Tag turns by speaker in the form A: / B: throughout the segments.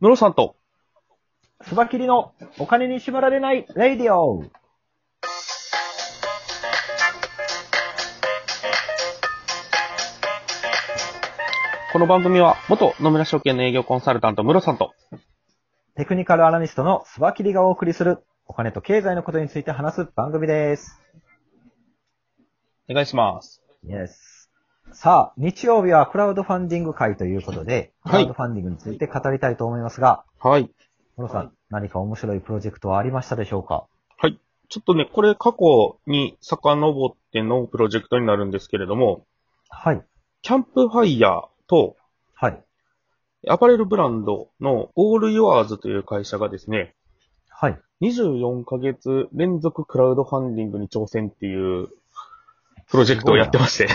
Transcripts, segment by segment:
A: ムロさんと、
B: スバキリのお金に縛られないレイディオ
A: この番組は、元野村証券の営業コンサルタント、ムロさんと、
B: テクニカルアナリストのスバキリがお送りするお金と経済のことについて話す番組です。
A: お願いします。
B: Yes。さあ、日曜日はクラウドファンディング会ということで、
A: はい
B: クラウドファンディングについて語りたいと思いますが、
A: はい。
B: ムロさん、何か面白いプロジェクトはありましたでしょうか
A: ちょっとね、これ過去に遡ってのプロジェクトになるんですけれども、
B: はい。
A: キャンプファイヤーと、
B: はい。
A: アパレルブランドのオールユアーズという会社がですね、
B: はい。
A: 24ヶ月連続クラウドファンディングに挑戦っていうプロジェクトをやってま して。こ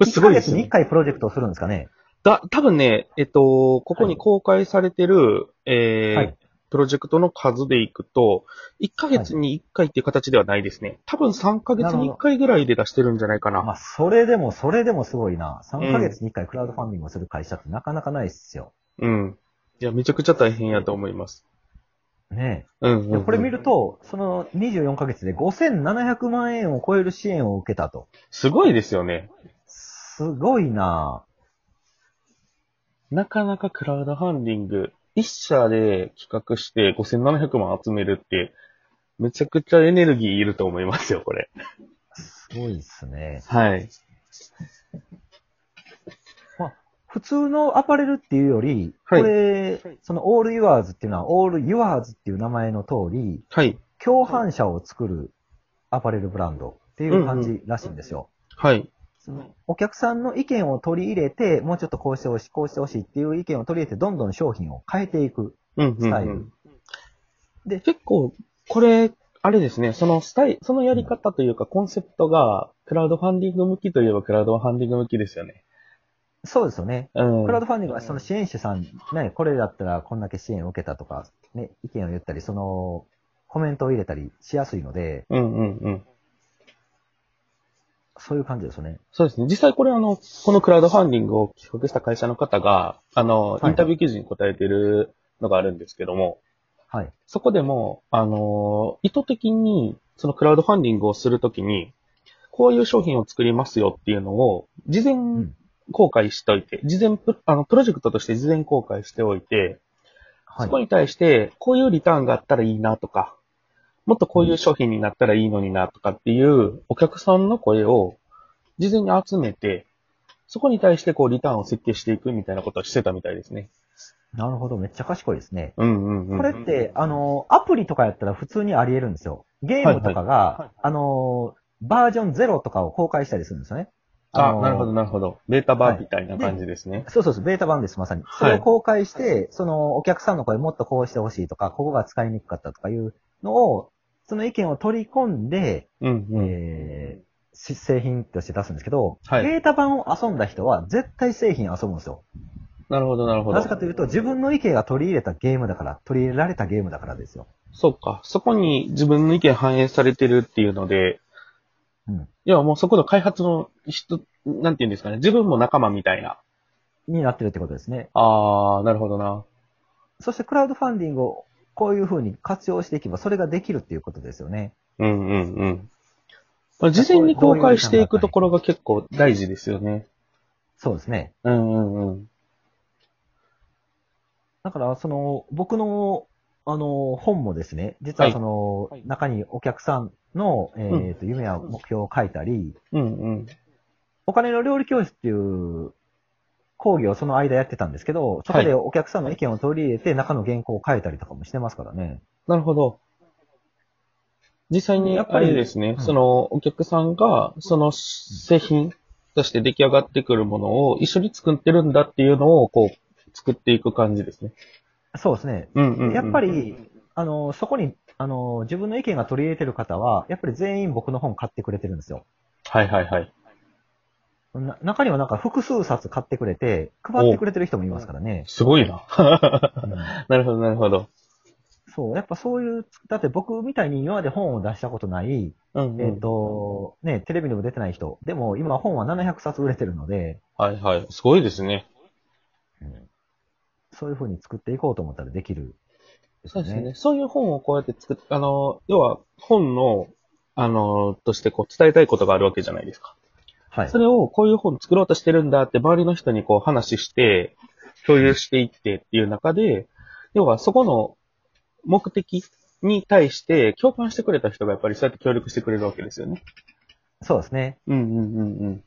A: れすごいです
B: 1
A: よ
B: ヶ月に1
A: ね。
B: 回プロジェクトをするんですかね
A: だ、多分ね、えっと、ここに公開されてる、えー
B: はい
A: プロジェクトの数でいくと、1ヶ月に1回っていう形ではないですね。多分3ヶ月に1回ぐらいで出してるんじゃないかな。
B: まあ、それでも、それでもすごいな。3ヶ月に1回クラウドファンディングをする会社ってなかなかないっすよ。
A: うん。いや、めちゃくちゃ大変やと思います。
B: ね
A: うんうん
B: え。
A: うん、
B: でこれ見ると、その24ヶ月で5700万円を超える支援を受けたと。
A: すごいですよね。
B: すごいな
A: なかなかクラウドファンディング、一社で企画して5700万集めるって、めちゃくちゃエネルギーいると思いますよ、これ。
B: すごいっすね。
A: はい。
B: 普通のアパレルっていうより、こ
A: はい
B: れ、そのオールユアーズっていうのは、オールユアーズっていう名前の通り、
A: はい。
B: 共犯者を作るアパレルブランドっていう感じらしいんですよ。
A: はい。
B: そのお客さんの意見を取り入れて、もうちょっとこうしてほしい、こうしてほしいっていう意見を取り入れて、どんどん商品を変えていく。
A: うん、うん、
B: スタイ
A: う
B: ル
A: ん。
B: で
A: 結構、これ、あれですね、そのスタイル、そのやり方というか、コンセプトが、クラウドファンディング向きといえばクラウドファンディング向きですよね。
B: そうですよね。
A: うん。
B: クラウドファンディングはその支援者さん、ね、これだったらこんだけ支援を受けたとか、ね、意見を言ったり、その、コメントを入れたりしやすいので、
A: うん、うん、うん。
B: そういう感じですよね。
A: そうですね。実際これあの、このクラウドファンディングを企画した会社の方が、あの、
B: はい
A: インタビュー記事に答えてるのがあるんですけども、
B: はい。
A: そこでも、あの、意図的に、そのクラウドファンディングをするときに、こういう商品を作りますよっていうのを、事
B: う
A: 前
B: ん
A: 公開しておいて、事前プ、あの、プロジェクトとして事前公開しておいて、
B: は
A: そこ
B: い。
A: に対して、こういうリターンがあったらいいなとか、もっとこういう商品になったらいいのになとかっていうお客さんの声を事前に集めて、そこに対してこうリターンを設計していくみたいなことをしてたみたいですね。
B: なるほど、めっちゃ賢いですね。
A: うんうんうん。
B: これって、あの、アプリとかやったら普通にあり得るんですよ。ゲームとかが、
A: いはい
B: あの、バージョン0とかを公開したりするんですよね。
A: あ、
B: の
A: なるほどなるほど。ベータ版みたいな感じですね。
B: そうそうそう、ベータ版です、まさに。そ
A: はい
B: れを公開して、そのお客さんの声もっとこうしてほしいとか、ここが使いにくかったとかいうのを、その意見を取り込んで、
A: うんうん。
B: えーし製品として出すんですけど、
A: はい
B: ベータ版を遊んだ人は絶対製品遊ぶんですよ。
A: なるほどなるほ
B: なぜか
A: ど。
B: というと、自分の意見が取り入れたゲームだから、取り入れられたゲームだからですよ。
A: そうか。そこに自分の意見反映されてるっていうので、
B: うん。
A: 要はもうそこの開発の人、なんていうんですかね。自分も仲間みたいな。
B: になってるってことですね。
A: あー、なるほどな。
B: そしてクラウドファンディングをこういうふうに活用していけば、それができるっていうことですよね。
A: うんうんうんまあ。事前に公開していくところが結構大事ですよね。
B: そうですね。
A: うんうんうん。
B: だから、その、僕の、あの、本もですね、実はその、
A: はい
B: 中にお客さんの、えっ、と、夢や目標を書いたり、
A: うんうん。
B: お金の料理教室っていう講義をその間やってたんですけど、そこでお客さんの意見を取り入れて、中の原稿を書いたりとかもしてますからね。
A: なるほど。実際に、
B: や
A: あ
B: っぱり
A: れですね、
B: うん
A: そのお客さんが、その製品として出来上がってくるものを一緒に作ってるんだっていうのを、こう、作っていく感じですね。
B: そうですね。
A: うんうん、うん。
B: やっぱ、り、あの、そこに、あの、自分の意見が取り入れてる方は、やっぱり全員僕の本買ってくれてるんですよ。
A: はいはいはい。
B: な中にはなんか複数冊買ってくれて、配ってくれてる人もいますからね。
A: すごいな。
B: うん
A: なるほどなるほど。
B: そう、やっぱそういう、だって僕みたいに今まで本を出したことない、
A: うん、うん。
B: えっ、と、ね、テレビにも出てない人、でも今本は700冊売れてるので、
A: はいはい。すごいですね。
B: そういう風に作っていこうと思ったらできる、
A: そうですね。。そういう本をこうやって作っあの、要は本の、あの、としてこう伝えたいことがあるわけじゃないですか。
B: はい
A: そ。れをこういう本作ろうとしてるんだって周りの人にこう話して、共有していってっていう中で、要はそこの目的に対して共感してくれた人がやっぱりそうやって協力してくれるわけですよね。
B: そうですね。
A: うんうんうんうん。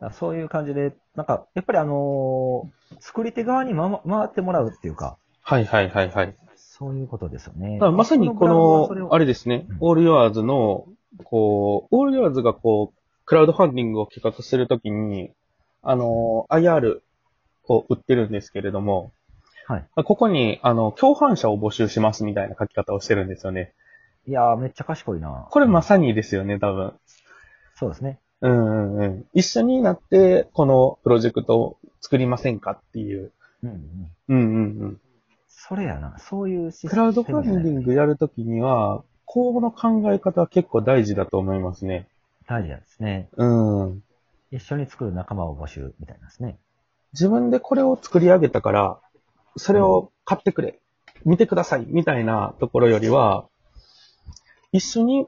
B: あそういう感じで、なんか、やっぱりあのー作り手側にま、回ってもらうっていうか、
A: はいはいはいはい。
B: そういうことですよね
A: だか。らまさにこ
B: そブランドはそれ
A: の、
B: を
A: あれですね
B: うん、
A: オールヨアーズの、こう、オールヨアーズがこう、クラウドファンディングを企画するときに、あの、IR を売ってるんですけれども、
B: はい。
A: ここに、あの、共犯者を募集しますみたいな書き方をしてるんですよね。
B: いやー、めっちゃ賢いな。
A: これまさにですよね、多分。
B: そうですね。
A: うんうんうん。一緒になって、このプロジェクトを作りませんかっていう。
B: うんうん。
A: うんうんうん。
B: それやな。そういうシステム
A: クラウドファンディングやるときには、この考え方は結構大事だと思いますね。
B: 大事なんですね。
A: うん。
B: 一緒に作る仲間を募集みたいなんですね。
A: 自分でこれを作り上げたから、それを買ってくれ、見てください、みたいなところよりは、一緒に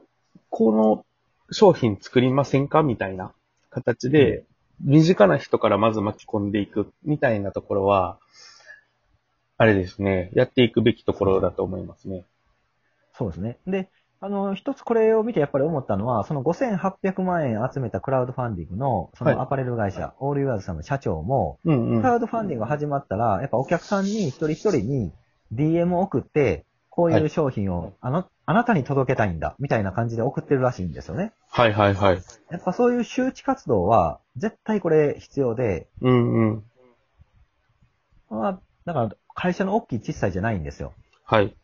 A: この商品作りませんかみたいな形で、身近な人からまず巻き込んでいく、みたいなところは、あれですね、やっていくべきところだと思いますね。
B: そうですね。で、あの、一つこれを見てやっぱり思ったのは、その5800万円集めたクラウドファンディングの、そ
A: はい
B: のアパレル会社、オールユアーズさんの社長も、
A: うんうん。
B: ク
A: は
B: ラウドファンディングが始まったら、やっぱお客さんに一人一人に DM を送って、こう
A: はいいう
B: 商品を、あの、あなたに届けたいんだ、みたいな感じで送ってるらしいんですよね。
A: いはいはい。
B: やっぱそういう周知活動は、絶対これ必要で、
A: うんうん。
B: まあ、だから会社の大きい小さいじゃないんですよ。
A: はい。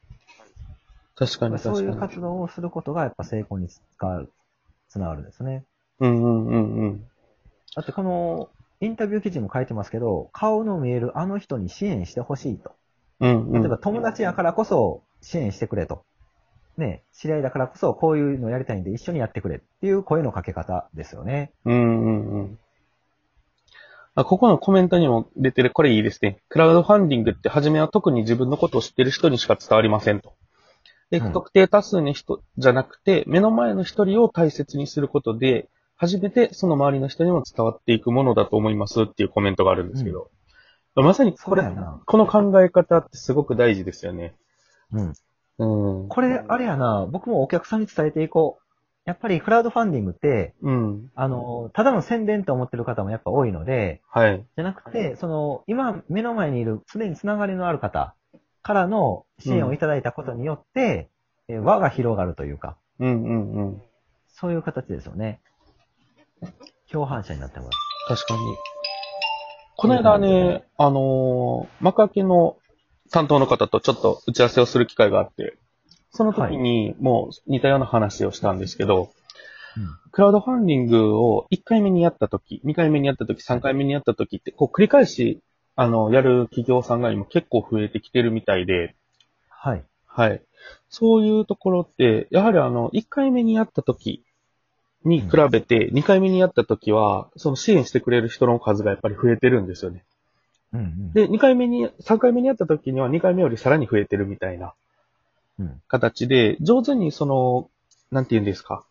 A: 確かに確か
B: そ
A: に。
B: ういう活動をすることがやっぱ成功につかつながるんですね。
A: うんうんうんうん。
B: だってこのインタビュー記事も書いてますけど、顔の見えるあの人に支援してほしいと。
A: うんう
B: 例
A: ん。
B: えば友達やからこそ支援してくれと。ね、知り合いだからこそこういうのやりたいんで一緒にやってくれっていう声のかけ方ですよね。
A: うんうんうん。あ、ここのコメントにも出てる、これいいですね。クラウドファンディングって初めは特に自分のことを知ってる人にしか伝わりませんと。で、
B: うん
A: 不特定多数の人じゃなくて、目の前の一人を大切にすることで、初めてその周りの人にも伝わっていくものだと思いますっていうコメントがあるんですけど。まさにこれ
B: そうだよな、
A: この考え方ってすごく大事ですよね。
B: うん。
A: うん。
B: これ、あれやな、僕もお客さんに伝えていこう。やっぱりクラウドファンディングって、
A: うん。
B: あの、ただの宣伝と思ってる方もやっぱ多いので、
A: はい。
B: じゃなくて、その、今、目の前にいる、すでにつながりのある方からの支援をいただいたことによって、えー輪が広がるというか、
A: うんうんうん。
B: そういう形ですよね。共犯者になってもら
A: 確かに。この間ね、あのー、幕開けの担当の方とちょっと打ち合わせをする機会があって、その時にもう似たような話をしたんですけど、
B: う。
A: クラウドファンディングを1回目にやった時、2回目にやった時、3回目にやった時って、こう繰り返し、あの、やる企業さんが今結構増えてきてるみたいで、
B: はい。
A: はい。そういうところって、やはりあの、1回目にやった時に比べて、2回目にやった時は、その支援してくれる人の数がやっぱり増えてるんですよね。
B: うんうん。
A: で、2回目に、3回目にやった時には2回目よりさらに増えてるみたいな
B: うん
A: 形で、上手にその、なんて言うんですか、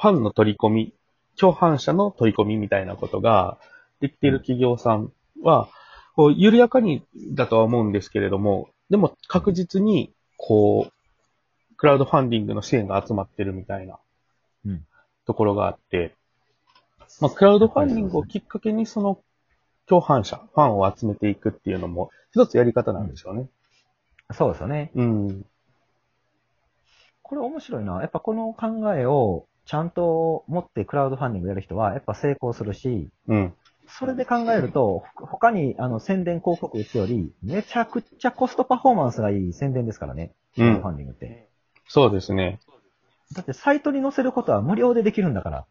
A: ファンの取り込み、共犯者の取り込みみたいなことができている企業さんは、こう、緩やかにだとは思うんですけれども、でも確実に、こう、クラウドファンディングの支援が集まってるみたいな
B: うん
A: ところがあって、まあ、クラウドファンディングをきっかけにその共犯者、ファンを集めていくっていうのも、一つやり方なんでしょうね。
B: そうですよね。
A: うん。
B: これ面白いな。やっぱこの考えをちゃんと持ってクラウドファンディングやる人は、やっぱ成功するし、
A: うん。
B: それで考えると、ほ他にあの宣伝広告打つより、めちゃくちゃコストパフォーマンスがいい宣伝ですからね。ク
A: う
B: ラウド
A: ん
B: フ。ァンディングって。
A: そうですね。
B: だってサイトに載せることは無料でできるんだから。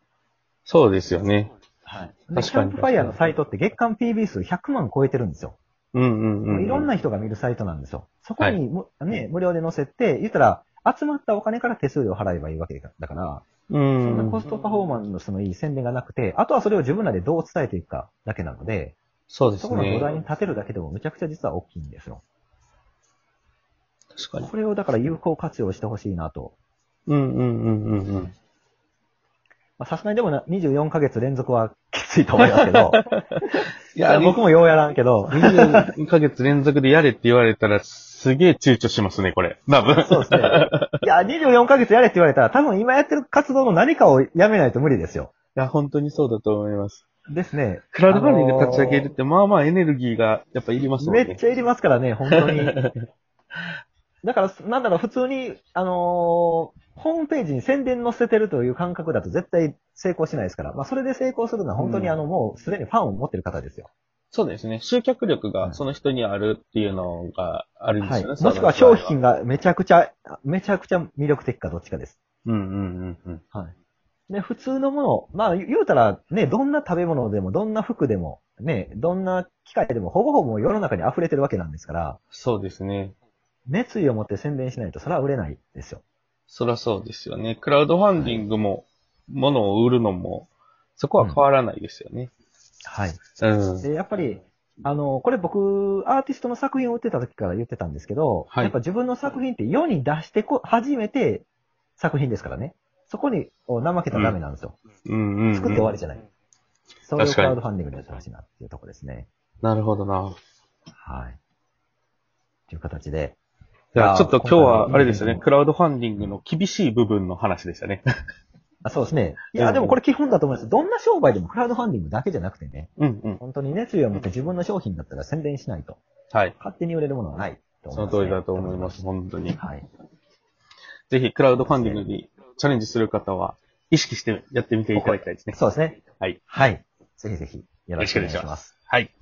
A: そうですよね。
B: はい。
A: 確かに
B: キャンプファイヤーのサイトって月間 PB 数100万超えてるんですよ。
A: うんうんうん。
B: いろんな人が見るサイトなんですよ。そこにも、ね、無料で載せて、言ったら、集まったお金から手数料払えばいいわけだから、
A: う
B: そんなんコ。ストパフォーマンスのいい宣伝がなくて、あとはそれを自分らでどう伝えていくかだけなので、
A: そうです
B: そ
A: ね。
B: この土台に立てるだけでもめちゃくちゃ実は大きいんですよ。
A: 確かに。
B: これをだから有効活用してほしいなと。
A: うんうんうんうんうん。
B: まあさすがにでもな24ヶ月連続はきついと思いますけど、
A: い
B: いや
A: や、
B: 僕
A: 僕も
B: もようやらんけど、
A: 22ヶ月連続でやれって言われたら、すげえ躊躇しますね、これ。多分。
B: そうですね。いや、24ヶ月やれって言われたら、多分今やってる活動の何かをやめないと無理ですよ。
A: いや、本当にそうだと思います。
B: ですね。
A: クラウドファンディング立ち上げるって、まあまあエネルギーがやっぱいりますもん
B: め
A: ね。
B: っちゃいりますからね、本 当に。だから、なんだろう、普通に、あのーホームページに宣伝載せてるという感覚だと絶対成功しないですから、まあ、それで成功するのは本当に、
A: うん
B: あの、もうすでにファンを持ってる方ですよ。
A: そうですね。集客力がその人にあるっていうのがあるんで
B: は
A: す
B: い。
A: よね。
B: も
A: その
B: しくは商品がめちゃくちゃ、めちゃくちゃ魅力的かどっちかです。
A: うんうんうんうん。
B: で、普通のもの、まあ、言うたら、ね、どんな食べ物でも、どんな服でも、ね、どんな機械でも、ほぼほぼ世の中に溢れてるわけなんですから、
A: そうですね。
B: 熱意を持って宣伝しないと、それは売れないですよ。
A: そらそうですよね。クラウドファンディングも、ものを売るのも、そこは変わらないですよね。
B: はい。
A: うん。
B: で、やっぱり、あの、これ僕、アーティストの作品を売ってた時から言ってたんですけど、
A: はい
B: やっぱ自分の作品って世に出してこ、初めて作品ですからね。そこに、お怠けたらダメなんですよ。
A: うんうん、うん。
B: 作って終わりじゃない。それをクラウドファンディングでやってほしいなっていうところですね。
A: なるほどな。
B: はい。という形で。
A: じゃあ、ちょっと今日は、あれですよ
B: う
A: ね、
B: ん
A: クラウドファンディングの厳しい部分の話でしたね。
B: あそうですね。いうや、
A: ん
B: でもこれ基本だと思います。どんな商売でもクラウドファンディングだけじゃなくてね、
A: うんうん。
B: 本当に熱意を持って自分の商品だったら宣伝しないと、
A: はい。
B: 勝手に売れるものはないと思
A: そ
B: い
A: の通りだ
B: ますね、
A: と思います、本当に。
B: はい。
A: ぜひ、クラウドファンディングにチャレンジする方は、意識してやってみていただきたいですね。
B: そうですね。
A: はい。
B: はい。ぜひぜひ、よろしくお願いします。
A: はい。